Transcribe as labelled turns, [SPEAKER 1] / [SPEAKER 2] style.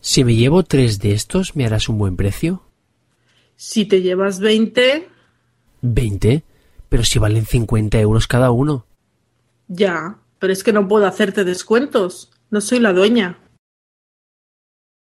[SPEAKER 1] Si me llevo tres de estos, ¿me harás un buen precio?
[SPEAKER 2] Si te llevas veinte,
[SPEAKER 1] ¿Veinte? Pero si valen cincuenta euros cada uno.
[SPEAKER 2] ya. Pero es que no puedo hacerte descuentos. No soy la dueña.